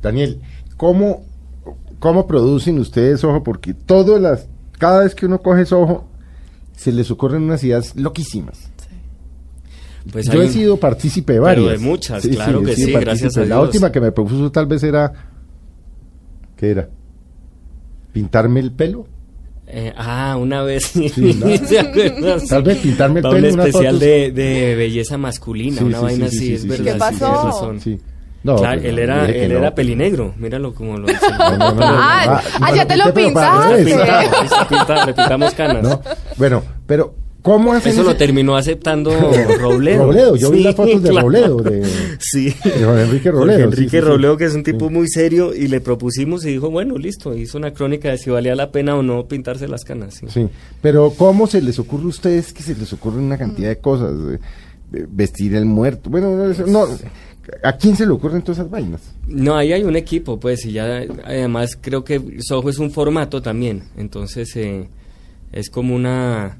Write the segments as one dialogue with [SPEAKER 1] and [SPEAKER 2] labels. [SPEAKER 1] Daniel, ¿cómo, cómo producen ustedes ojo? Porque todas las, cada vez que uno coge ese ojo, se les ocurren unas ideas loquísimas.
[SPEAKER 2] Pues
[SPEAKER 1] Yo
[SPEAKER 2] hay
[SPEAKER 1] he
[SPEAKER 2] un-
[SPEAKER 1] sido partícipe de
[SPEAKER 2] Pero de
[SPEAKER 1] varias.
[SPEAKER 2] muchas, claro
[SPEAKER 1] he
[SPEAKER 2] que
[SPEAKER 1] sido
[SPEAKER 2] sí, gracias
[SPEAKER 1] partícipe.
[SPEAKER 2] a
[SPEAKER 1] La
[SPEAKER 2] Dios.
[SPEAKER 1] última que me propuso tal vez era, ¿qué era? ¿Pintarme el pelo?
[SPEAKER 2] eh, ah, una vez. Sí,
[SPEAKER 1] ¿no?
[SPEAKER 2] ¿se acuerdas?
[SPEAKER 1] Tal vez pintarme el
[SPEAKER 2] Para un
[SPEAKER 1] pelo en unas
[SPEAKER 2] especial
[SPEAKER 1] fotos.
[SPEAKER 2] de, de belleza masculina,
[SPEAKER 1] Sí,
[SPEAKER 2] una
[SPEAKER 1] sí,
[SPEAKER 2] vaina
[SPEAKER 1] sí, sí,
[SPEAKER 2] así,
[SPEAKER 1] sí,
[SPEAKER 2] es
[SPEAKER 1] sí,
[SPEAKER 2] verdad.
[SPEAKER 1] sí,
[SPEAKER 2] sí,
[SPEAKER 1] sí,
[SPEAKER 2] tienes
[SPEAKER 3] pasó?
[SPEAKER 2] razón.
[SPEAKER 1] Sí. No,
[SPEAKER 2] Claro,
[SPEAKER 1] pero
[SPEAKER 2] él era,
[SPEAKER 1] dije que
[SPEAKER 2] él
[SPEAKER 1] no.
[SPEAKER 2] era pelinegro, míralo como lo dice.
[SPEAKER 1] No, no, no, no,
[SPEAKER 3] Ah,
[SPEAKER 1] no,
[SPEAKER 3] ah,
[SPEAKER 1] no,
[SPEAKER 3] ya te
[SPEAKER 1] no,
[SPEAKER 3] lo
[SPEAKER 1] pero para-
[SPEAKER 3] pintaste.
[SPEAKER 1] no,
[SPEAKER 2] Pinta,
[SPEAKER 1] pintar,
[SPEAKER 2] es pinta, le pintamos canas.
[SPEAKER 1] ¿no? Bueno, pero ¿cómo hacen
[SPEAKER 2] Eso
[SPEAKER 1] ese-
[SPEAKER 2] lo terminó aceptando Robledo.
[SPEAKER 1] Robledo, yo vi
[SPEAKER 2] Sí,
[SPEAKER 1] las fotos de
[SPEAKER 2] claro.
[SPEAKER 1] Robledo, de,
[SPEAKER 2] Sí.
[SPEAKER 1] de Jorge Enrique Robledo.
[SPEAKER 2] Jorge
[SPEAKER 1] sí,
[SPEAKER 2] Enrique
[SPEAKER 1] sí, sí.
[SPEAKER 2] Robledo, que es un tipo muy serio, y le propusimos y dijo, bueno, listo, hizo una crónica de si valía la pena o no pintarse las canas. sí.
[SPEAKER 1] Sí, pero ¿cómo se les ocurre a ustedes que se les ocurre una cantidad de cosas? Eh, eh, Vestir el muerto, bueno, no, eso- no, ¿a quién se le ocurren todas esas vainas?
[SPEAKER 2] No, ahí hay un equipo, pues, y ya eh, además creo que Soho es un formato también, entonces eh, es como una,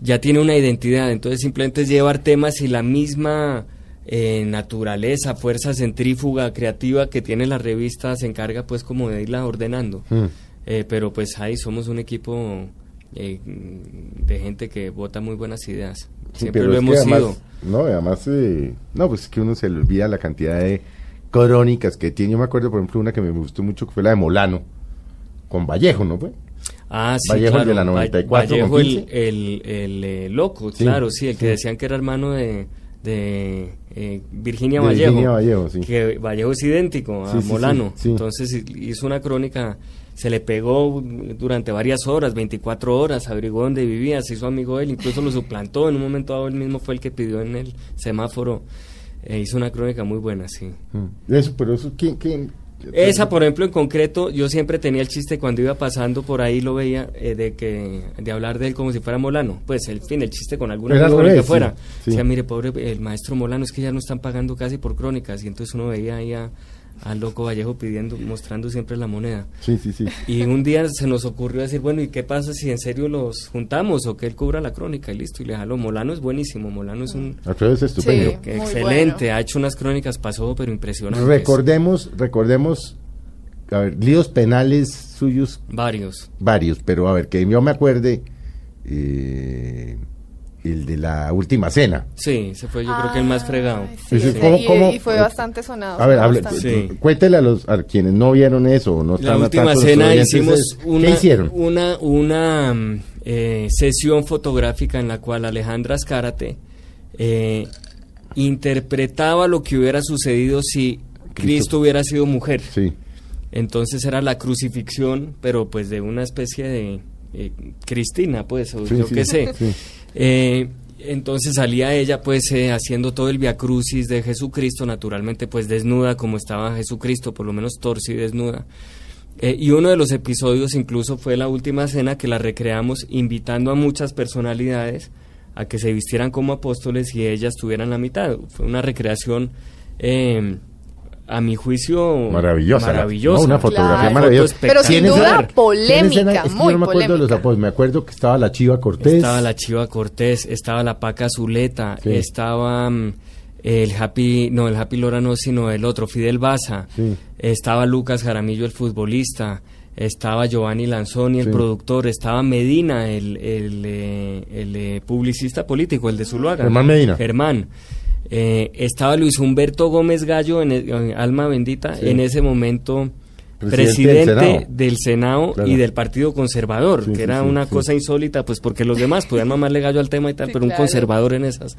[SPEAKER 2] ya tiene una identidad, entonces simplemente es llevar temas y la misma eh, naturaleza, fuerza centrífuga, creativa que tiene la revista se encarga pues como de irla ordenando,
[SPEAKER 1] Mm.
[SPEAKER 2] Eh, pero pues ahí somos un equipo eh, de gente que vota muy buenas ideas,
[SPEAKER 1] Sí,
[SPEAKER 2] siempre
[SPEAKER 1] pero es
[SPEAKER 2] lo
[SPEAKER 1] que
[SPEAKER 2] hemos
[SPEAKER 1] además-
[SPEAKER 2] sido.
[SPEAKER 1] No, y además, eh, no, pues es que uno se le olvida la cantidad de crónicas que tiene. Yo me acuerdo, por ejemplo, una que me gustó mucho, que fue la de Molano, con Vallejo, ¿no fue?
[SPEAKER 2] Ah, sí,
[SPEAKER 1] Vallejo, el
[SPEAKER 2] claro.
[SPEAKER 1] de la 94
[SPEAKER 2] Vallejo,
[SPEAKER 1] con
[SPEAKER 2] el,
[SPEAKER 1] 15.
[SPEAKER 2] el, el, eh, loco,
[SPEAKER 1] Sí,
[SPEAKER 2] claro, sí, el
[SPEAKER 1] sí.
[SPEAKER 2] que decían que era hermano de, de, eh, Virginia
[SPEAKER 1] De
[SPEAKER 2] Vallejo.
[SPEAKER 1] Virginia Vallejo, sí.
[SPEAKER 2] Que Vallejo es idéntico a
[SPEAKER 1] Sí, sí, sí,
[SPEAKER 2] Molano.
[SPEAKER 1] sí.
[SPEAKER 2] Entonces hi- hizo una crónica, se le pegó durante varias horas, 24 horas, averiguó dónde vivía, se hizo amigo de él, incluso lo suplantó. En un momento dado él mismo fue el que pidió en el semáforo. Eh, hizo una crónica muy buena, sí.
[SPEAKER 1] Mm. Eso, pero eso, ¿quién? quién?
[SPEAKER 2] Esa, por ejemplo, en concreto, yo siempre tenía el chiste cuando iba pasando por ahí, lo veía, eh, de que de hablar de él como si fuera Molano. Pues, el fin, el chiste con alguna
[SPEAKER 1] Era al
[SPEAKER 2] crónica
[SPEAKER 1] revés, sí,
[SPEAKER 2] fuera.
[SPEAKER 1] sí.
[SPEAKER 2] Decía, mire, pobre, el maestro Molano, es que ya no están pagando casi por crónicas. Y entonces uno veía ahí a- al loco Vallejo pidiendo, mostrando siempre la moneda.
[SPEAKER 1] Sí, sí, sí.
[SPEAKER 2] Y un día se nos ocurrió decir, bueno, ¿y qué pasa si en serio los juntamos o que él cubra la crónica? Y listo, y le jaló. Molano es buenísimo, Molano es un...
[SPEAKER 1] A través de estupendo.
[SPEAKER 3] Sí.
[SPEAKER 2] que
[SPEAKER 3] Muy
[SPEAKER 2] excelente,
[SPEAKER 3] bueno.
[SPEAKER 2] ha hecho unas crónicas, pasó, pero impresionantes.
[SPEAKER 1] Recordemos, recordemos, a ver, líos penales suyos
[SPEAKER 2] Varios.
[SPEAKER 1] varios, pero a ver, que yo me acuerde, eh, el de la última cena.
[SPEAKER 2] Sí, se fue yo creo que el
[SPEAKER 1] Ah,
[SPEAKER 2] más fregado.
[SPEAKER 3] Ay, Ah, sí,
[SPEAKER 1] Eso,
[SPEAKER 3] ese-
[SPEAKER 1] ¿cómo-
[SPEAKER 3] y,
[SPEAKER 1] cómo-
[SPEAKER 3] y fue bastante sonado.
[SPEAKER 1] A ver,
[SPEAKER 3] fue
[SPEAKER 1] hable,
[SPEAKER 3] bastante.
[SPEAKER 2] Sí.
[SPEAKER 1] cuéntele a los a quienes no vieron eso o no
[SPEAKER 2] La
[SPEAKER 1] están al
[SPEAKER 2] última
[SPEAKER 1] tanto de los
[SPEAKER 2] cena
[SPEAKER 1] oyentes,
[SPEAKER 2] hicimos
[SPEAKER 1] es-
[SPEAKER 2] una,
[SPEAKER 1] ¿Qué hicieron?
[SPEAKER 2] una, una mm, eh, sesión fotográfica en la cual Alejandra Azcárate eh, interpretaba lo que hubiera sucedido si Cristo,
[SPEAKER 1] Cristo.
[SPEAKER 2] hubiera sido mujer.
[SPEAKER 1] Sí.
[SPEAKER 2] Entonces era la crucifixión, pero pues de una especie de eh, Cristina, pues, o
[SPEAKER 1] Sí,
[SPEAKER 2] yo
[SPEAKER 1] sí,
[SPEAKER 2] qué sé.
[SPEAKER 1] sí.
[SPEAKER 2] Eh, entonces salía ella pues eh, haciendo todo el viacrucis de Jesucristo, naturalmente pues desnuda como estaba Jesucristo, por lo menos torcida y desnuda. Eh, y uno de los episodios incluso fue la última cena que la recreamos invitando a muchas personalidades a que se vistieran como apóstoles y ellas tuvieran la mitad. Fue una recreación, eh, a mi juicio,
[SPEAKER 1] Maravillosa.
[SPEAKER 2] maravillosa.
[SPEAKER 1] No, una
[SPEAKER 2] foto
[SPEAKER 1] fotografía
[SPEAKER 3] Claro.
[SPEAKER 1] maravillosa.
[SPEAKER 3] Pero sin
[SPEAKER 1] ¿Quiénes
[SPEAKER 3] duda
[SPEAKER 1] eran? ¿Quiénes eran?
[SPEAKER 3] polémica,
[SPEAKER 1] Es que
[SPEAKER 3] muy
[SPEAKER 1] yo no me acuerdo de los
[SPEAKER 3] polémica.
[SPEAKER 1] apodos, me acuerdo que estaba la Chiva Cortés.
[SPEAKER 2] Estaba la Chiva Cortés, estaba la Paca Zuleta,
[SPEAKER 1] Sí.
[SPEAKER 2] estaba mm, el Happy, no, el Happy Lora no, sino el otro, Fidel Baza,
[SPEAKER 1] Sí.
[SPEAKER 2] estaba Lucas Jaramillo, el futbolista, estaba Giovanni Lanzoni, el
[SPEAKER 1] Sí.
[SPEAKER 2] productor, estaba Medina, el, el, eh, el, eh, publicista político, el de Zuluaga.
[SPEAKER 1] Germán Medina.
[SPEAKER 2] Germán. Eh, estaba Luis Humberto Gómez Gallo, en, el- en Alma Bendita,
[SPEAKER 1] Sí.
[SPEAKER 2] en ese momento
[SPEAKER 1] Presidente del
[SPEAKER 2] presidente,
[SPEAKER 1] Senado.
[SPEAKER 2] del Senado
[SPEAKER 1] Claro.
[SPEAKER 2] y del Partido Conservador,
[SPEAKER 1] Sí,
[SPEAKER 2] que
[SPEAKER 1] sí,
[SPEAKER 2] era
[SPEAKER 1] sí,
[SPEAKER 2] una
[SPEAKER 1] sí.
[SPEAKER 2] cosa insólita, pues porque los demás podían mamarle gallo al tema y tal,
[SPEAKER 3] Sí,
[SPEAKER 2] pero un
[SPEAKER 3] claro.
[SPEAKER 2] conservador en esas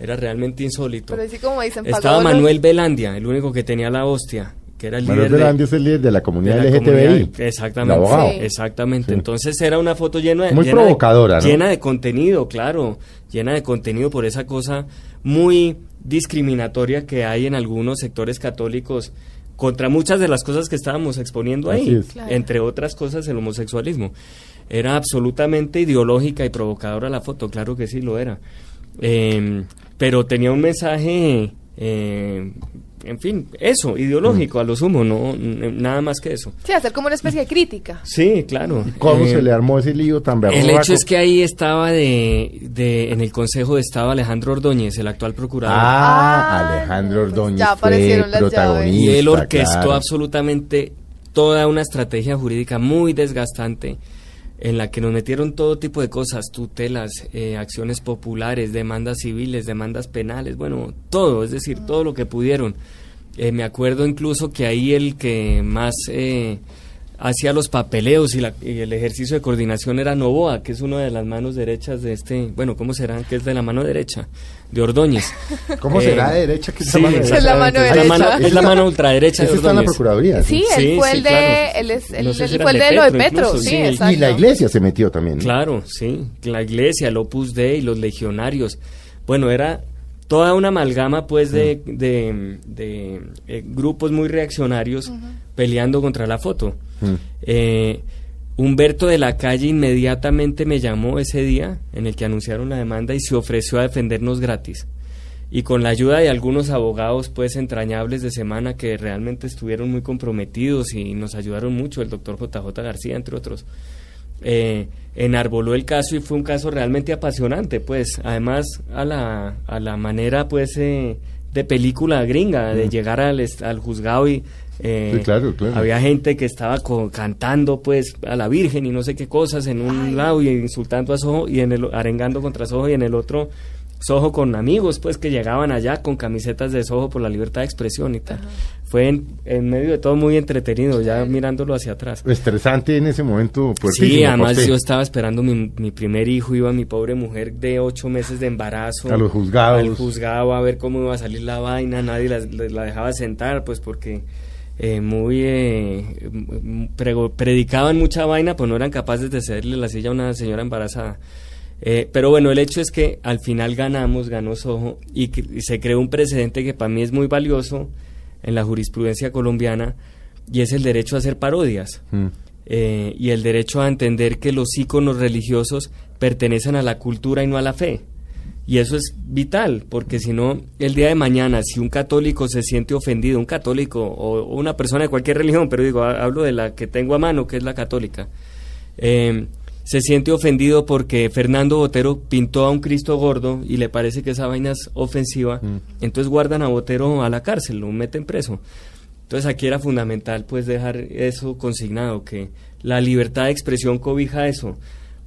[SPEAKER 2] era realmente insólito.
[SPEAKER 3] Pero así como dicen,
[SPEAKER 2] Estaba
[SPEAKER 3] pagó los-
[SPEAKER 2] Manuel Velandia, el único que tenía la hostia, que era el
[SPEAKER 1] Manuel
[SPEAKER 2] líder de-
[SPEAKER 1] Velandia es el líder de la
[SPEAKER 2] de
[SPEAKER 1] comunidad
[SPEAKER 2] la
[SPEAKER 1] LGTBI.
[SPEAKER 2] comunidad. Exactamente,
[SPEAKER 1] El abogado.
[SPEAKER 2] sí, exactamente.
[SPEAKER 1] Sí.
[SPEAKER 2] Entonces era una foto llena de
[SPEAKER 1] Muy
[SPEAKER 2] llena
[SPEAKER 1] provocadora,
[SPEAKER 2] de,
[SPEAKER 1] ¿no?
[SPEAKER 2] llena de contenido, claro, llena de contenido por esa cosa muy discriminatoria que hay en algunos sectores católicos contra muchas de las cosas que estábamos exponiendo
[SPEAKER 1] Así
[SPEAKER 2] ahí,
[SPEAKER 1] es.
[SPEAKER 2] entre otras cosas el homosexualismo. Era absolutamente ideológica y provocadora la foto, claro que sí lo era. Eh, pero tenía un mensaje, eh, en fin, eso, ideológico
[SPEAKER 1] Mm.
[SPEAKER 2] a lo sumo, no n- nada más que eso.
[SPEAKER 3] Sí, hacer como una especie de crítica.
[SPEAKER 2] Sí, claro.
[SPEAKER 1] ¿Cómo
[SPEAKER 2] Eh,
[SPEAKER 1] se le armó ese lío tan berraco?
[SPEAKER 2] el hecho es que ahí estaba de, de- en el Consejo de Estado Alejandro Ordóñez, el actual procurador.
[SPEAKER 1] Ah,
[SPEAKER 3] Ah,
[SPEAKER 1] Alejandro
[SPEAKER 3] no, pues
[SPEAKER 1] Ordóñez
[SPEAKER 3] ya
[SPEAKER 1] fue
[SPEAKER 3] aparecieron las
[SPEAKER 1] protagonista.
[SPEAKER 3] llaves.
[SPEAKER 2] y él orquestó
[SPEAKER 1] claro.
[SPEAKER 2] absolutamente toda una estrategia jurídica muy desgastante en la que nos metieron todo tipo de cosas, tutelas, eh, acciones populares, demandas civiles, demandas penales, bueno, todo, es decir, todo lo que pudieron. Eh, me acuerdo incluso que ahí el que más eh, hacía los papeleos y, la- y el ejercicio de coordinación era Novoa, que es una de las manos derechas de este, bueno, ¿cómo será? Que es de la mano derecha, de Ordóñez.
[SPEAKER 1] ¿Cómo
[SPEAKER 2] Eh,
[SPEAKER 1] será de derecha que
[SPEAKER 2] sí,
[SPEAKER 1] esa mano derecha?
[SPEAKER 3] Es la mano
[SPEAKER 2] exactamente, es la
[SPEAKER 3] derecha.
[SPEAKER 2] mano- es la mano ultraderecha de
[SPEAKER 1] Ese está en la
[SPEAKER 2] Ordóñez.
[SPEAKER 1] Procuraduría.
[SPEAKER 3] Sí, él
[SPEAKER 2] Sí,
[SPEAKER 3] fue
[SPEAKER 2] sí,
[SPEAKER 3] el de,
[SPEAKER 2] claro.
[SPEAKER 3] él es, él,
[SPEAKER 2] No sé
[SPEAKER 3] él
[SPEAKER 2] si era
[SPEAKER 3] fue el
[SPEAKER 2] de
[SPEAKER 3] de lo de
[SPEAKER 2] Petro,
[SPEAKER 3] Petro,
[SPEAKER 2] incluso,
[SPEAKER 3] sí,
[SPEAKER 2] sí, el-
[SPEAKER 3] exacto.
[SPEAKER 1] Y la iglesia se metió también. ¿no?
[SPEAKER 2] Claro, sí. La iglesia, el Opus Dei, los legionarios. Bueno, era toda una amalgama, pues, de, de- de, eh, grupos muy reaccionarios peleando contra la foto.
[SPEAKER 1] Mm.
[SPEAKER 2] Eh, Humberto de la Calle inmediatamente me llamó ese día en el que anunciaron la demanda y se ofreció a defendernos gratis. Y con la ayuda de algunos abogados, pues, entrañables de semana que realmente estuvieron muy comprometidos y nos ayudaron mucho, el doctor JJ García, entre otros eh, enarboló el caso y fue un caso realmente apasionante, pues, además a la, a la manera, pues, eh, de película gringa, de llegar al, est- al juzgado y... eh,
[SPEAKER 1] Sí, claro, claro.
[SPEAKER 2] Había gente que estaba co- cantando, pues, a la Virgen y no sé qué cosas en un lado y insultando a Soho y en el, o- arengando contra Soho y en el otro Soho con amigos, pues, que llegaban allá con camisetas de Soho por la libertad de expresión y tal. Fue en, en medio de todo muy entretenido, ya mirándolo hacia atrás.
[SPEAKER 1] Estresante en ese momento.
[SPEAKER 2] Sí,
[SPEAKER 1] fuertísimo,
[SPEAKER 2] además
[SPEAKER 1] ¿por qué?
[SPEAKER 2] yo estaba esperando mi, mi primer hijo, iba mi pobre mujer de ocho meses de embarazo.
[SPEAKER 1] A los juzgados.
[SPEAKER 2] Al juzgado, a ver cómo iba a salir la vaina, nadie la, la dejaba sentar, pues porque eh, muy eh, m- prego- predicaban mucha vaina, pues no eran capaces de cederle la silla a una señora embarazada. Eh, pero bueno, el hecho es que al final ganamos, ganó Soho, y, que- y se creó un precedente que para mí es muy valioso en la jurisprudencia colombiana, y es el derecho a hacer parodias
[SPEAKER 1] Mm.
[SPEAKER 2] eh, y el derecho a entender que los íconos religiosos pertenecen a la cultura y no a la fe. Y eso es vital, porque si no, el día de mañana, si un católico se siente ofendido, un católico o, o una persona de cualquier religión, pero digo, ha- hablo de la que tengo a mano, que es la católica, eh, se siente ofendido porque Fernando Botero pintó a un Cristo gordo y le parece que esa vaina es ofensiva,
[SPEAKER 1] Mm.
[SPEAKER 2] entonces guardan a Botero a la cárcel, lo meten preso. Entonces aquí era fundamental pues dejar eso consignado, que la libertad de expresión cobija eso.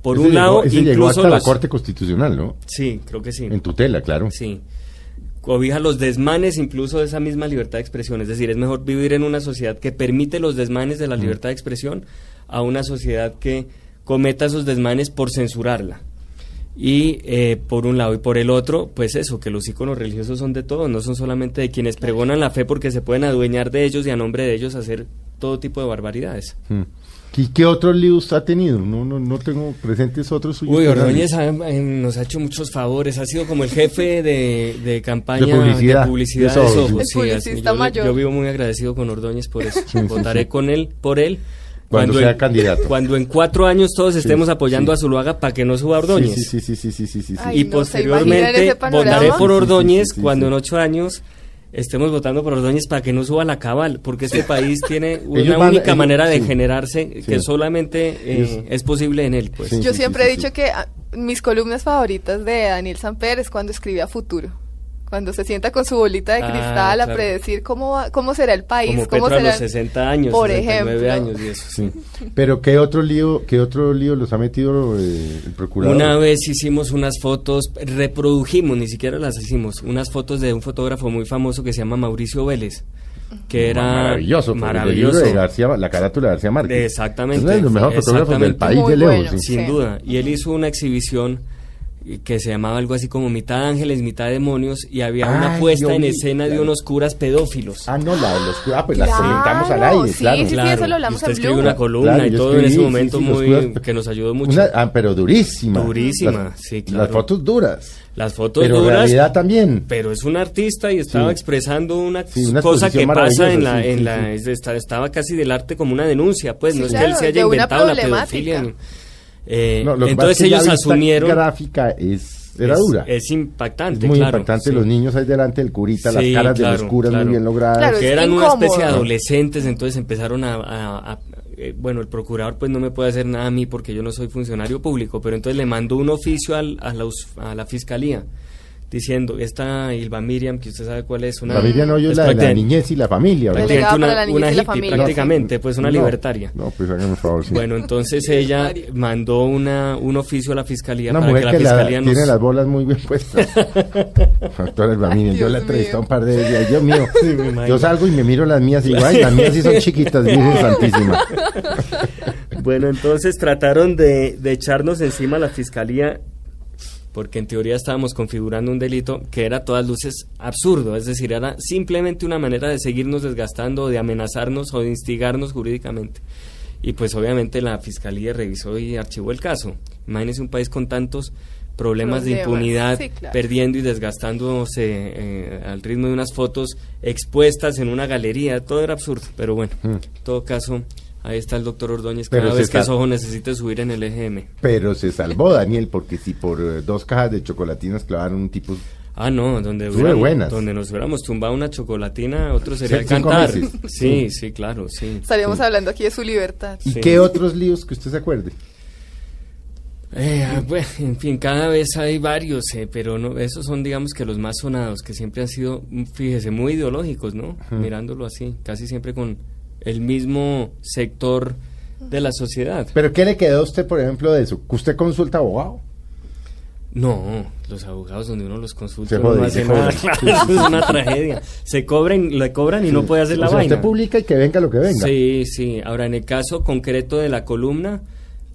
[SPEAKER 2] Por
[SPEAKER 1] Ese
[SPEAKER 2] un
[SPEAKER 1] llegó-
[SPEAKER 2] lado,
[SPEAKER 1] ese
[SPEAKER 2] incluso
[SPEAKER 1] llegó hasta la
[SPEAKER 2] los-
[SPEAKER 1] Corte Constitucional, ¿no?
[SPEAKER 2] Sí, creo que sí.
[SPEAKER 1] En tutela, claro.
[SPEAKER 2] Sí. Cobija los desmanes incluso de esa misma libertad de expresión. Es decir, es mejor vivir en una sociedad que permite los desmanes de la libertad de expresión a una sociedad que cometa esos desmanes por censurarla. Y eh, por un lado y por el otro, pues eso, que los íconos religiosos son de todos, no son solamente de quienes pregonan la fe porque se pueden adueñar de ellos y a nombre de ellos hacer todo tipo de barbaridades.
[SPEAKER 1] Mm. ¿Y qué otros líos ha tenido? No, no, no tengo presentes otros suyos.
[SPEAKER 2] Uy,
[SPEAKER 1] que eran-
[SPEAKER 2] Ordóñez ha- eh, nos ha hecho muchos favores, ha sido como el jefe de, de campaña
[SPEAKER 1] De publicidad,
[SPEAKER 2] de publicidad
[SPEAKER 1] de
[SPEAKER 2] de
[SPEAKER 1] Soho, sí.
[SPEAKER 2] Soho, sí,
[SPEAKER 3] El
[SPEAKER 2] así,
[SPEAKER 3] publicista
[SPEAKER 2] yo, le-
[SPEAKER 3] mayor.
[SPEAKER 2] yo vivo muy agradecido con Ordóñez por eso, votaré con él, por él.
[SPEAKER 1] Cuando sea
[SPEAKER 2] en-
[SPEAKER 1] candidato.
[SPEAKER 2] Cuando en cuatro años todos estemos apoyando
[SPEAKER 1] sí.
[SPEAKER 2] a Zuluaga para que no suba
[SPEAKER 1] Sí,
[SPEAKER 2] Ordóñez.
[SPEAKER 1] sí, sí, sí, sí, sí, sí, sí.
[SPEAKER 2] Y
[SPEAKER 3] Ay, no se imaginan
[SPEAKER 2] posteriormente
[SPEAKER 3] ese panorama.
[SPEAKER 2] votaré por
[SPEAKER 1] Sí, sí, sí,
[SPEAKER 2] Ordóñez
[SPEAKER 1] sí, sí,
[SPEAKER 2] cuando
[SPEAKER 1] sí.
[SPEAKER 2] en ocho años estemos votando por Ordóñez para que no suba la cabal, porque este país tiene una
[SPEAKER 1] van-
[SPEAKER 2] única
[SPEAKER 1] ellos-
[SPEAKER 2] manera de
[SPEAKER 1] sí.
[SPEAKER 2] generarse que
[SPEAKER 1] Sí.
[SPEAKER 2] solamente eh,
[SPEAKER 1] Ellos-
[SPEAKER 2] es posible en él. pues.
[SPEAKER 1] Sí,
[SPEAKER 3] Yo
[SPEAKER 1] sí,
[SPEAKER 3] siempre
[SPEAKER 1] sí,
[SPEAKER 3] he
[SPEAKER 1] sí.
[SPEAKER 3] dicho que ah, mis columnas favoritas de Daniel Samper es cuando escribía Futuro. Cuando se sienta con su bolita de
[SPEAKER 2] Ah,
[SPEAKER 3] cristal a
[SPEAKER 2] claro.
[SPEAKER 3] predecir cómo, va- cómo será el país,
[SPEAKER 2] Como
[SPEAKER 3] cómo
[SPEAKER 2] Petro a
[SPEAKER 3] será
[SPEAKER 2] los 60 años,
[SPEAKER 3] por
[SPEAKER 2] 69
[SPEAKER 3] ejemplo.
[SPEAKER 2] años y eso.
[SPEAKER 1] Sí. Pero ¿qué otro lío, qué otro lío los ha metido eh, el procurador?
[SPEAKER 2] Una vez hicimos unas fotos, reprodujimos, ni siquiera las hicimos, unas fotos de un fotógrafo muy famoso que se llama Mauricio Vélez, que era
[SPEAKER 1] maravilloso, maravilloso.
[SPEAKER 2] Ah, maravilloso.
[SPEAKER 1] de García, la carátula de García Márquez.
[SPEAKER 2] De- exactamente,
[SPEAKER 1] Es uno de los mejores fotógrafos del
[SPEAKER 2] exactamente.
[SPEAKER 1] país
[SPEAKER 3] Muy
[SPEAKER 1] de lejos.
[SPEAKER 3] bueno,
[SPEAKER 1] sí.
[SPEAKER 2] sin
[SPEAKER 3] Sí.
[SPEAKER 2] duda. Y él hizo una exhibición y que se llamaba algo así como mitad ángeles, mitad demonios, y había una
[SPEAKER 1] Ay,
[SPEAKER 2] puesta
[SPEAKER 1] yo
[SPEAKER 2] en
[SPEAKER 1] vi,
[SPEAKER 2] escena de
[SPEAKER 1] claro.
[SPEAKER 2] unos curas pedófilos.
[SPEAKER 1] Ah, no, la de los curas. Ah, pues la
[SPEAKER 3] Claro,
[SPEAKER 1] comentamos al aire,
[SPEAKER 3] sí,
[SPEAKER 1] claro.
[SPEAKER 3] sí, eso lo hablamos
[SPEAKER 2] y usted
[SPEAKER 3] en
[SPEAKER 2] escribió
[SPEAKER 3] Blue.
[SPEAKER 2] una columna
[SPEAKER 1] Claro,
[SPEAKER 2] y
[SPEAKER 1] yo
[SPEAKER 2] todo en
[SPEAKER 1] escribí,
[SPEAKER 2] ese
[SPEAKER 1] sí,
[SPEAKER 2] momento
[SPEAKER 1] sí, los
[SPEAKER 2] muy
[SPEAKER 1] curas-
[SPEAKER 2] que nos ayudó mucho.
[SPEAKER 1] Una- ah, pero durísima.
[SPEAKER 2] Durísima,
[SPEAKER 1] Las-
[SPEAKER 2] sí, claro.
[SPEAKER 1] Las fotos duras.
[SPEAKER 2] Las fotos
[SPEAKER 1] Pero
[SPEAKER 2] duras,
[SPEAKER 1] realidad también.
[SPEAKER 2] pero es un artista y estaba
[SPEAKER 1] Sí.
[SPEAKER 2] expresando una,
[SPEAKER 1] Sí, una
[SPEAKER 2] cosa
[SPEAKER 1] exposición
[SPEAKER 2] que pasa en la,
[SPEAKER 1] maravillosa, sí,
[SPEAKER 2] en
[SPEAKER 1] sí,
[SPEAKER 2] la
[SPEAKER 1] sí.
[SPEAKER 2] es de- esta- estaba casi del arte como una denuncia, pues
[SPEAKER 3] Sí,
[SPEAKER 2] no es que
[SPEAKER 3] claro,
[SPEAKER 2] él se haya
[SPEAKER 3] de una
[SPEAKER 2] inventado la
[SPEAKER 3] problemática.
[SPEAKER 2] pedofilia. ni- Eh,
[SPEAKER 1] No, lo que pasa
[SPEAKER 2] entonces
[SPEAKER 1] es que
[SPEAKER 2] ellos
[SPEAKER 1] ya vista
[SPEAKER 2] asumieron
[SPEAKER 1] gráfica es, era
[SPEAKER 2] es,
[SPEAKER 1] dura.
[SPEAKER 2] es impactante,
[SPEAKER 1] muy
[SPEAKER 2] claro,
[SPEAKER 1] impactante.
[SPEAKER 2] sí.
[SPEAKER 1] Los niños ahí delante del curita, las
[SPEAKER 2] Sí,
[SPEAKER 1] caras de los
[SPEAKER 2] claro,
[SPEAKER 1] curas
[SPEAKER 2] claro.
[SPEAKER 1] muy bien logradas.
[SPEAKER 3] Claro,
[SPEAKER 2] que
[SPEAKER 3] es
[SPEAKER 2] eran una
[SPEAKER 3] incómodo.
[SPEAKER 2] especie de adolescentes, entonces empezaron a, a- a- eh, bueno, el procurador pues no me puede hacer nada a mí porque yo no soy funcionario público, pero entonces le mandó un oficio al- a, la, us- a la fiscalía diciendo, esta Ilva Miriam, que usted sabe cuál es, una...
[SPEAKER 1] La Miriam Hoyo es la de la
[SPEAKER 2] prácticamente-
[SPEAKER 1] niñez y la familia. ¿verdad?
[SPEAKER 3] Delegada
[SPEAKER 2] prácticamente
[SPEAKER 3] para la niñez
[SPEAKER 2] una, una
[SPEAKER 3] y la
[SPEAKER 2] hippie,
[SPEAKER 3] familia.
[SPEAKER 2] prácticamente, pues una
[SPEAKER 1] No,
[SPEAKER 2] libertaria.
[SPEAKER 1] No, pues hágame un favor, sí.
[SPEAKER 2] Bueno, entonces ella mandó una, un oficio a la fiscalía
[SPEAKER 1] Una
[SPEAKER 2] para que
[SPEAKER 1] mujer
[SPEAKER 2] la
[SPEAKER 1] que la-
[SPEAKER 2] fiscalía nos...
[SPEAKER 1] tiene las bolas muy bien puestas. Doctora Elba, miren, yo
[SPEAKER 3] Dios
[SPEAKER 1] la entrevisté
[SPEAKER 3] mío.
[SPEAKER 1] un par de días. Dios mío.
[SPEAKER 2] imagino.
[SPEAKER 1] yo salgo y me miro las mías y digo, ay, las mías sí son chiquitas, Virgen Santísima.
[SPEAKER 2] Bueno, entonces trataron de, de echarnos encima a la fiscalía porque en teoría estábamos configurando un delito que era a todas luces absurdo, es decir, era simplemente una manera de seguirnos desgastando, de amenazarnos o de instigarnos jurídicamente. Y pues obviamente la fiscalía revisó y archivó el caso. Imagínense un país con tantos problemas, de
[SPEAKER 3] Problemas,
[SPEAKER 2] impunidad,
[SPEAKER 3] sí, claro.
[SPEAKER 2] perdiendo y desgastándose eh, al ritmo de unas fotos expuestas en una galería, todo era absurdo, pero bueno, en todo caso, ahí está el doctor Ordóñez
[SPEAKER 1] Mm.
[SPEAKER 2] cada
[SPEAKER 1] Pero se
[SPEAKER 2] vez que
[SPEAKER 1] está-
[SPEAKER 2] Soho necesite subir en el E EGM.
[SPEAKER 1] Pero se salvó, Daniel, porque si por eh, dos cajas de chocolatinas clavaron un tipo...
[SPEAKER 2] Ah, no, donde,
[SPEAKER 1] Estuve
[SPEAKER 2] hubiéramos-
[SPEAKER 1] buenas.
[SPEAKER 2] donde nos hubiéramos tumbado una chocolatina, otro sería
[SPEAKER 1] Cinco
[SPEAKER 2] cantar.
[SPEAKER 1] meses.
[SPEAKER 2] Sí, sí, claro, sí.
[SPEAKER 3] Estaríamos hablando aquí de su libertad.
[SPEAKER 1] ¿Y
[SPEAKER 2] Sí.
[SPEAKER 1] qué otros líos que usted se acuerde?
[SPEAKER 2] Eh, ah, bueno, en fin, cada vez hay varios, eh, pero no, esos son, digamos, que los más sonados, que siempre han sido, mm, fíjese, muy ideológicos, ¿no? Mirándolo así, casi siempre con el mismo sector de la sociedad.
[SPEAKER 1] ¿Pero qué le quedó a usted, por ejemplo, de eso? ¿Que ¿Usted consulta abogado?
[SPEAKER 2] No, los abogados donde uno los consulta
[SPEAKER 1] Se
[SPEAKER 2] uno no
[SPEAKER 1] jode,
[SPEAKER 2] hace
[SPEAKER 1] se
[SPEAKER 2] nada,
[SPEAKER 1] jode.
[SPEAKER 2] claro, eso es una tragedia. Se cobren, le cobran y no puede hacer la
[SPEAKER 1] o sea,
[SPEAKER 2] vaina.
[SPEAKER 1] usted publica y que venga lo que venga.
[SPEAKER 2] Sí, sí. Ahora, en el caso concreto de la columna,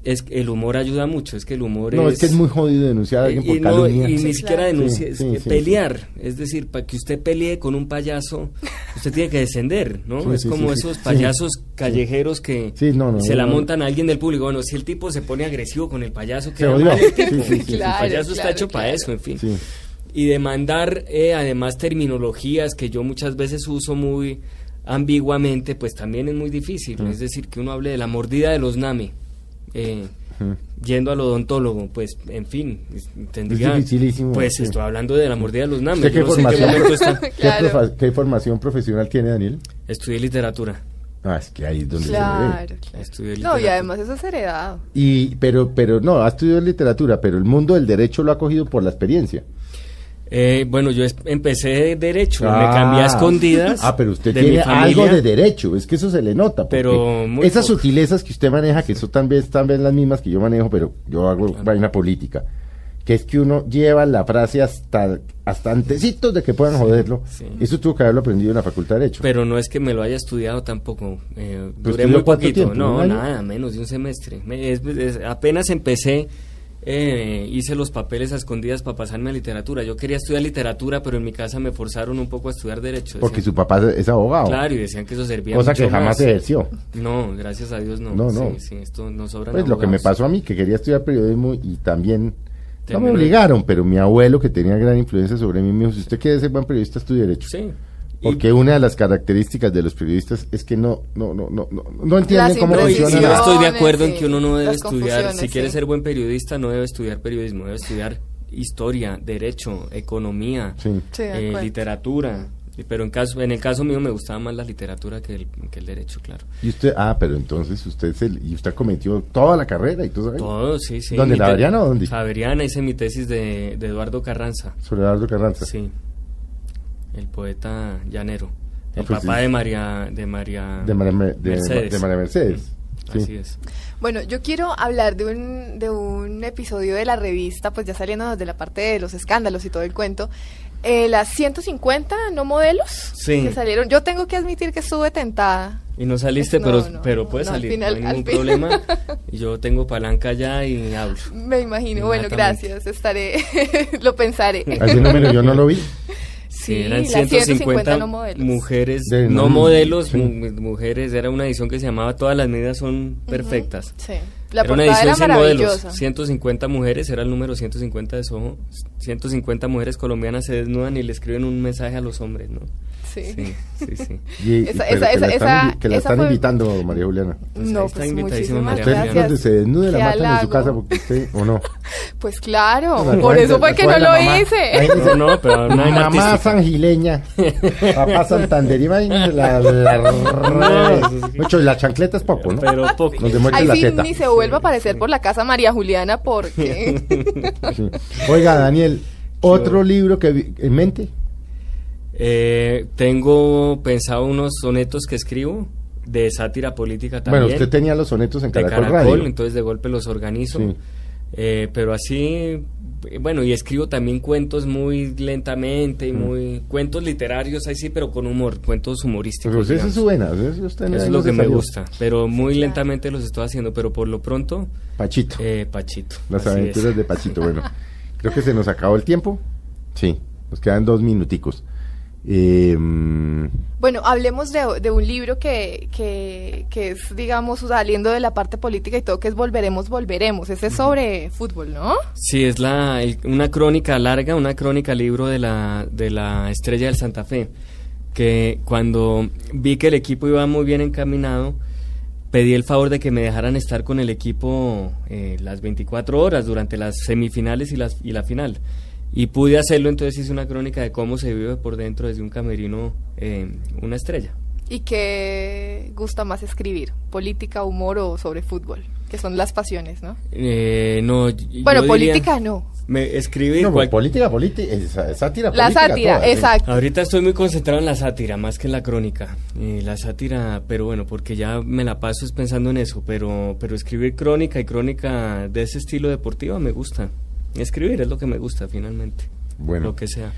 [SPEAKER 2] es que el humor ayuda mucho. Es que el humor
[SPEAKER 1] No, es que es muy jodido denunciar a alguien
[SPEAKER 2] y,
[SPEAKER 1] por
[SPEAKER 2] no-
[SPEAKER 1] calumnia.
[SPEAKER 2] y
[SPEAKER 1] Sí.
[SPEAKER 2] ni siquiera denuncia,
[SPEAKER 1] Sí,
[SPEAKER 2] es
[SPEAKER 1] sí,
[SPEAKER 2] que
[SPEAKER 1] sí,
[SPEAKER 2] pelear. Es decir, para que usted pelee con un payaso, usted tiene que descender, ¿no?
[SPEAKER 1] Sí,
[SPEAKER 2] es
[SPEAKER 1] sí,
[SPEAKER 2] como
[SPEAKER 1] sí, sí.
[SPEAKER 2] esos
[SPEAKER 1] Sí.
[SPEAKER 2] payasos callejeros que
[SPEAKER 1] Sí, no, no,
[SPEAKER 2] se la
[SPEAKER 1] no.
[SPEAKER 2] montan a alguien del público. Bueno, si el tipo se pone agresivo con el payaso,
[SPEAKER 1] Se
[SPEAKER 2] queda
[SPEAKER 1] odió.
[SPEAKER 2] mal
[SPEAKER 1] Sí,
[SPEAKER 2] el tipo.
[SPEAKER 1] sí, sí, sí, sí.
[SPEAKER 2] El
[SPEAKER 3] Claro,
[SPEAKER 2] payaso está
[SPEAKER 3] claro,
[SPEAKER 2] hecho para
[SPEAKER 3] claro.
[SPEAKER 2] eso, en fin
[SPEAKER 1] Sí.
[SPEAKER 2] y demandar eh, además terminologías que yo muchas veces uso muy ambiguamente, pues también es muy difícil.
[SPEAKER 1] Mm.
[SPEAKER 2] Es decir, que uno hable de la mordida de los NAMI, eh, yendo al odontólogo, pues en fin, es- tendría,
[SPEAKER 1] dificilísimo,
[SPEAKER 2] pues
[SPEAKER 1] sí.
[SPEAKER 2] estoy hablando de la mordida de los NAMI.
[SPEAKER 1] ¿Usted qué
[SPEAKER 2] yo no sé Ah, en qué
[SPEAKER 1] formación?
[SPEAKER 2] momento está.
[SPEAKER 1] ¿Qué,
[SPEAKER 3] Claro.
[SPEAKER 1] profa- qué formación profesional tiene Daniel?
[SPEAKER 2] Estudié literatura.
[SPEAKER 1] Ah, es que ahí es donde se le
[SPEAKER 3] Claro,
[SPEAKER 1] ve.
[SPEAKER 3] claro.
[SPEAKER 2] Estudié
[SPEAKER 3] No, y
[SPEAKER 2] literatura.
[SPEAKER 3] además eso es heredado.
[SPEAKER 1] Y, pero, pero no, ha estudiado literatura, pero el mundo del derecho lo ha cogido por la experiencia.
[SPEAKER 2] Eh, bueno, yo es- empecé de derecho,
[SPEAKER 1] Ah.
[SPEAKER 2] me cambié a escondidas.
[SPEAKER 1] Ah, pero usted
[SPEAKER 2] de mi
[SPEAKER 1] tiene algo de
[SPEAKER 2] familia.
[SPEAKER 1] derecho, es que eso se le nota. porque
[SPEAKER 2] Pero muy
[SPEAKER 1] esas
[SPEAKER 2] poco.
[SPEAKER 1] sutilezas que usted maneja, que son también, también las mismas que yo manejo, pero yo hago vaina política, que es que uno lleva la frase hasta, hasta antecitos de que puedan joderlo.
[SPEAKER 2] sí.
[SPEAKER 1] Eso tuvo que haberlo aprendido en la Facultad de Derecho.
[SPEAKER 2] Pero no es que me lo haya estudiado tampoco. eh,
[SPEAKER 1] ¿Pero
[SPEAKER 2] duré
[SPEAKER 1] estudió
[SPEAKER 2] muy
[SPEAKER 1] cuánto
[SPEAKER 2] poquito.
[SPEAKER 1] tiempo, un
[SPEAKER 2] no,
[SPEAKER 1] año?
[SPEAKER 2] nada, menos de un semestre. Me- es- es- apenas empecé, eh, hice los papeles a escondidas para pasarme a literatura. Yo quería estudiar literatura, pero en mi casa me forzaron un poco a estudiar derecho.
[SPEAKER 1] porque
[SPEAKER 2] decían.
[SPEAKER 1] su papá es es abogado.
[SPEAKER 2] Claro, y decían que eso servía
[SPEAKER 1] cosa
[SPEAKER 2] mucho
[SPEAKER 1] que jamás
[SPEAKER 2] más.
[SPEAKER 1] ejerció.
[SPEAKER 2] No, gracias a Dios no.
[SPEAKER 1] No, no.
[SPEAKER 2] Sí, sí, esto no sobran
[SPEAKER 1] Pues lo que me
[SPEAKER 2] abogados.
[SPEAKER 1] pasó a mí, que quería estudiar periodismo y también... No me
[SPEAKER 2] Terminó-
[SPEAKER 1] obligaron, pero mi abuelo, que tenía gran influencia sobre mí, me dijo, si usted quiere ser buen periodista, estudie derecho.
[SPEAKER 2] Sí. Y-
[SPEAKER 1] Porque una de las características de los periodistas es que no, no, no, no, no, no entienden
[SPEAKER 3] Las
[SPEAKER 1] cómo
[SPEAKER 2] No, y- y
[SPEAKER 3] imprecisiones.
[SPEAKER 1] funciona
[SPEAKER 2] yo
[SPEAKER 3] Confusiones,
[SPEAKER 1] la...
[SPEAKER 2] estoy de acuerdo
[SPEAKER 3] sí.
[SPEAKER 2] en que uno no debe
[SPEAKER 3] Las
[SPEAKER 2] estudiar, si
[SPEAKER 3] confusiones,
[SPEAKER 2] quiere
[SPEAKER 3] sí.
[SPEAKER 2] ser buen periodista no debe estudiar periodismo, debe estudiar historia, derecho, economía,
[SPEAKER 1] Sí.
[SPEAKER 3] Sí, de
[SPEAKER 2] eh,
[SPEAKER 3] acuerdo.
[SPEAKER 2] literatura. Y- Pero en, caso, en el caso mío me gustaba más la literatura que el, que el derecho, claro.
[SPEAKER 1] Y usted, ah, pero entonces usted se, y usted cometió toda la carrera y todo, ¿sabes?
[SPEAKER 2] Todo, sí, sí.
[SPEAKER 1] ¿Dónde,
[SPEAKER 2] Mi
[SPEAKER 1] la
[SPEAKER 2] te-
[SPEAKER 1] Adriana o dónde?
[SPEAKER 2] Javeriana, hice mi tesis de, de Eduardo Carranza,
[SPEAKER 1] Sobre Eduardo Carranza.
[SPEAKER 2] sí, el poeta llanero, el
[SPEAKER 1] Ah, pues
[SPEAKER 2] papá
[SPEAKER 1] sí.
[SPEAKER 2] de María, de María,
[SPEAKER 1] De, María Me- de-
[SPEAKER 2] Mercedes.
[SPEAKER 1] de María Mercedes. Sí.
[SPEAKER 2] Así es.
[SPEAKER 3] Bueno, yo quiero hablar de un, de un episodio de la revista, pues ya saliéndonos de la parte de los escándalos y todo el cuento, Eh, las 150 no modelos
[SPEAKER 2] Sí.
[SPEAKER 3] que salieron. Yo tengo que admitir que estuve tentada.
[SPEAKER 2] Y no saliste,
[SPEAKER 3] No,
[SPEAKER 2] pero,
[SPEAKER 3] no,
[SPEAKER 2] pero
[SPEAKER 3] no,
[SPEAKER 2] puedes
[SPEAKER 3] no, al
[SPEAKER 2] salir,
[SPEAKER 3] final-
[SPEAKER 2] no
[SPEAKER 3] al
[SPEAKER 2] hay ningún
[SPEAKER 3] fin.
[SPEAKER 2] problema. Yo tengo palanca allá y hablo.
[SPEAKER 3] Me imagino. Bueno,
[SPEAKER 2] Exactamente.
[SPEAKER 3] gracias. Estaré. lo pensaré.
[SPEAKER 1] Ese número yo no lo vi.
[SPEAKER 3] Sí,
[SPEAKER 2] eran
[SPEAKER 3] las
[SPEAKER 2] 150,
[SPEAKER 3] 150 no modelos.
[SPEAKER 2] mujeres,
[SPEAKER 1] De-
[SPEAKER 2] no,
[SPEAKER 1] no,
[SPEAKER 2] modelos,
[SPEAKER 1] sí.
[SPEAKER 2] mu- mujeres. Era una edición que se llamaba Todas las medidas son perfectas.
[SPEAKER 3] Sí. La
[SPEAKER 2] era una
[SPEAKER 3] portada
[SPEAKER 2] edición
[SPEAKER 3] era
[SPEAKER 2] sin modelos.
[SPEAKER 3] maravillosa.
[SPEAKER 2] 150 mujeres, era el número 150 de Soho. 150 mujeres colombianas se desnudan y le escriben un mensaje a los hombres, ¿no?
[SPEAKER 3] Sí.
[SPEAKER 2] Sí, sí, sí.
[SPEAKER 1] Y- y-
[SPEAKER 3] Esa-
[SPEAKER 1] pero
[SPEAKER 3] esa-
[SPEAKER 1] que la
[SPEAKER 3] esa-
[SPEAKER 1] están,
[SPEAKER 3] esa-
[SPEAKER 1] que la
[SPEAKER 3] esa
[SPEAKER 1] están
[SPEAKER 3] fue-
[SPEAKER 1] invitando, María Juliana.
[SPEAKER 2] Pues
[SPEAKER 3] no,
[SPEAKER 2] ahí está
[SPEAKER 3] pues
[SPEAKER 2] invitadísima
[SPEAKER 3] muchísimas
[SPEAKER 2] María
[SPEAKER 1] Usted
[SPEAKER 3] gracias.
[SPEAKER 1] donde se desnude la
[SPEAKER 3] Qué
[SPEAKER 1] matan en su
[SPEAKER 3] halago.
[SPEAKER 1] casa porque usted, o no.
[SPEAKER 3] Pues claro,
[SPEAKER 1] Pues la
[SPEAKER 3] por
[SPEAKER 1] cogen-
[SPEAKER 3] eso fue
[SPEAKER 1] la
[SPEAKER 3] que
[SPEAKER 1] cogen
[SPEAKER 3] no
[SPEAKER 1] la
[SPEAKER 3] lo
[SPEAKER 1] mamá.
[SPEAKER 3] hice.
[SPEAKER 1] Ahí dice,
[SPEAKER 2] No, no, pero no hay
[SPEAKER 1] Mamá
[SPEAKER 2] artística.
[SPEAKER 1] sangileña, papá santander, imagínese la, la, la, mucho, la chancleta es papo, ¿no?
[SPEAKER 2] Pero poco.
[SPEAKER 1] Donde muestra
[SPEAKER 3] Ahí
[SPEAKER 1] la
[SPEAKER 3] sí
[SPEAKER 1] teta.
[SPEAKER 3] ni se vuelva a aparecer por la casa María Juliana porque
[SPEAKER 1] Sí. Oiga, Daniel, otro libro que vi- en mente.
[SPEAKER 2] Eh, tengo pensado unos sonetos que escribo de sátira política también.
[SPEAKER 1] Bueno, usted tenía los sonetos en
[SPEAKER 2] de
[SPEAKER 1] Caracol,
[SPEAKER 2] Caracol,
[SPEAKER 1] Radio.
[SPEAKER 2] entonces de golpe los organizo.
[SPEAKER 1] Sí.
[SPEAKER 2] Eh, pero así, eh, bueno, y escribo también cuentos muy lentamente
[SPEAKER 1] Mm.
[SPEAKER 2] y muy... Cuentos literarios, ahí sí, pero con humor, cuentos humorísticos.
[SPEAKER 1] Pero eso
[SPEAKER 2] digamos.
[SPEAKER 1] es su vena, eso usted
[SPEAKER 2] Eso
[SPEAKER 1] no- no
[SPEAKER 2] es lo
[SPEAKER 1] se
[SPEAKER 2] que me
[SPEAKER 1] salió.
[SPEAKER 2] gusta, pero muy lentamente los estoy haciendo, pero por lo pronto,
[SPEAKER 1] Pachito.
[SPEAKER 2] eh, Pachito.
[SPEAKER 1] Las
[SPEAKER 2] así es.
[SPEAKER 1] aventuras de Pachito. Bueno, creo que se nos acabó el tiempo. Sí, nos quedan dos minuticos. Eh, mm,
[SPEAKER 3] Bueno, hablemos de, de un libro que, que, que es, digamos, saliendo de la parte política y todo, que es Volveremos, Volveremos. Ese es sobre fútbol, ¿no?
[SPEAKER 2] Sí, es la, el- una crónica larga, una crónica libro de la, de la Estrella del Santa Fe, que cuando vi que el equipo iba muy bien encaminado, pedí el favor de que me dejaran estar con el equipo eh, las 24 horas durante las semifinales y, las, y la final. Y pude hacerlo, entonces hice una crónica de cómo se vive por dentro desde un camerino eh, una estrella.
[SPEAKER 3] Y que gusta más escribir, política, humor o sobre fútbol, que son las pasiones, ¿no?
[SPEAKER 2] Eh, no, y-
[SPEAKER 3] Bueno,
[SPEAKER 2] yo diría-
[SPEAKER 3] política no.
[SPEAKER 2] Me escribí
[SPEAKER 1] no, pues,
[SPEAKER 2] cual-
[SPEAKER 1] política, política, es- es sátira.
[SPEAKER 3] La
[SPEAKER 1] política
[SPEAKER 3] sátira,
[SPEAKER 1] toda, ¿eh? sí.
[SPEAKER 3] exacto.
[SPEAKER 2] Ahorita estoy muy concentrado en la sátira, más que en la crónica. Eh, la sátira, pero bueno, porque ya me la paso es pensando en eso, pero, pero escribir crónica y crónica de ese estilo deportivo me gusta. Escribir es lo que me gusta finalmente.
[SPEAKER 1] Bueno.
[SPEAKER 2] Lo que sea.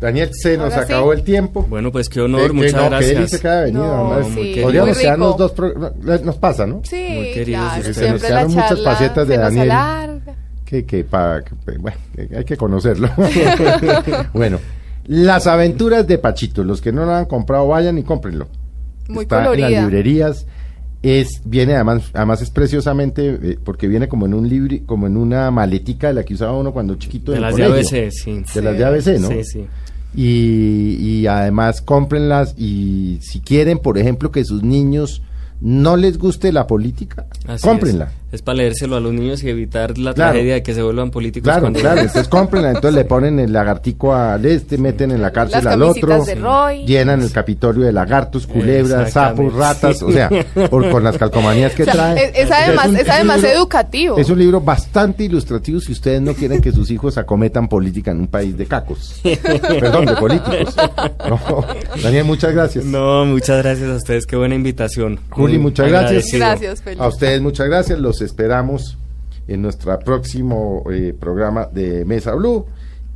[SPEAKER 1] Daniel, se nos
[SPEAKER 3] Ahora sí.
[SPEAKER 1] acabó el tiempo.
[SPEAKER 2] Bueno, pues qué
[SPEAKER 1] Eh,
[SPEAKER 2] honor,
[SPEAKER 1] que
[SPEAKER 2] muchas
[SPEAKER 1] no, que delicia
[SPEAKER 2] gracias.
[SPEAKER 1] que haya venido,
[SPEAKER 3] No,
[SPEAKER 1] además.
[SPEAKER 2] sí, muy
[SPEAKER 1] Podríamos
[SPEAKER 3] rico.
[SPEAKER 1] quedarnos dos programas. Nos pasa, ¿no?
[SPEAKER 3] Sí,
[SPEAKER 2] Muy queridos
[SPEAKER 3] claro,
[SPEAKER 2] ustedes.
[SPEAKER 3] siempre
[SPEAKER 1] Se nos
[SPEAKER 3] la
[SPEAKER 1] quedaron muchas
[SPEAKER 3] charla
[SPEAKER 1] facetas de
[SPEAKER 3] se nos
[SPEAKER 1] Daniel.
[SPEAKER 3] alarga.
[SPEAKER 1] Que, que, pa- que- pe- bueno, que hay que conocerlo. bueno, Las Aventuras de Pachito. Los que no lo han comprado, vayan y cómprenlo.
[SPEAKER 3] Muy
[SPEAKER 1] Está en
[SPEAKER 3] colorida.
[SPEAKER 1] las librerías. Es, viene además, además es preciosamente, eh, porque viene como en un libri, como en una maletica de la que usaba uno cuando chiquito.
[SPEAKER 2] De
[SPEAKER 1] en el
[SPEAKER 2] las de
[SPEAKER 1] colegio.
[SPEAKER 2] ABC, sí.
[SPEAKER 1] De las de ABC, ¿no?
[SPEAKER 2] Sí, sí.
[SPEAKER 1] y, y además cómprenlas y si quieren, por ejemplo, que sus niños no les guste la política,
[SPEAKER 2] Así
[SPEAKER 1] cómprenla.
[SPEAKER 2] Es. Es para leérselo a los niños y evitar la
[SPEAKER 1] Claro.
[SPEAKER 2] tragedia de que se vuelvan políticos.
[SPEAKER 1] Claro,
[SPEAKER 2] cuando-
[SPEAKER 1] claro, entonces cómprenla, entonces le ponen el lagartico al este, meten en la cárcel
[SPEAKER 3] Las
[SPEAKER 1] al otro,
[SPEAKER 3] camisitas de Roy.
[SPEAKER 1] llenan el capitorio de lagartos, culebras, sapos,
[SPEAKER 2] Eh, Exactamente.
[SPEAKER 1] ratas, o sea, por- con las calcomanías que
[SPEAKER 3] O sea,
[SPEAKER 1] trae.
[SPEAKER 3] es, es además,
[SPEAKER 1] un
[SPEAKER 3] es además
[SPEAKER 1] libro-
[SPEAKER 3] educativo.
[SPEAKER 1] Es un libro bastante ilustrativo si ustedes no quieren que sus hijos acometan política en un país de cacos. Perdón, de políticos. No. Daniel, muchas gracias.
[SPEAKER 2] No, muchas gracias a ustedes. Qué buena invitación.
[SPEAKER 1] Juli,
[SPEAKER 2] Muy
[SPEAKER 1] muchas gracias.
[SPEAKER 2] agradecido.
[SPEAKER 3] Gracias, Felipe.
[SPEAKER 1] A ustedes muchas gracias, los esperamos en nuestro próximo eh, programa de Mesa Blue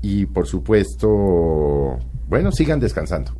[SPEAKER 1] y por supuesto, bueno, sigan descansando.